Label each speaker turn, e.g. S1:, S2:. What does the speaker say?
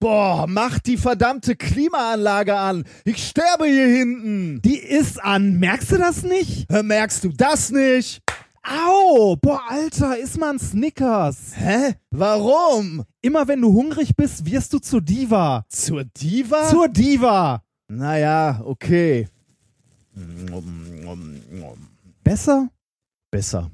S1: Boah, mach die verdammte Klimaanlage an. Ich sterbe hier hinten.
S2: Die ist an. Merkst du das nicht?
S1: Hä, merkst du das nicht?
S2: Au! Boah, Alter, iss mal ein Snickers.
S1: Hä? Warum?
S2: Immer wenn du hungrig bist, wirst du zur Diva.
S1: Zur Diva?
S2: Zur Diva.
S1: naja, okay. Mm,
S2: Besser?
S1: Besser.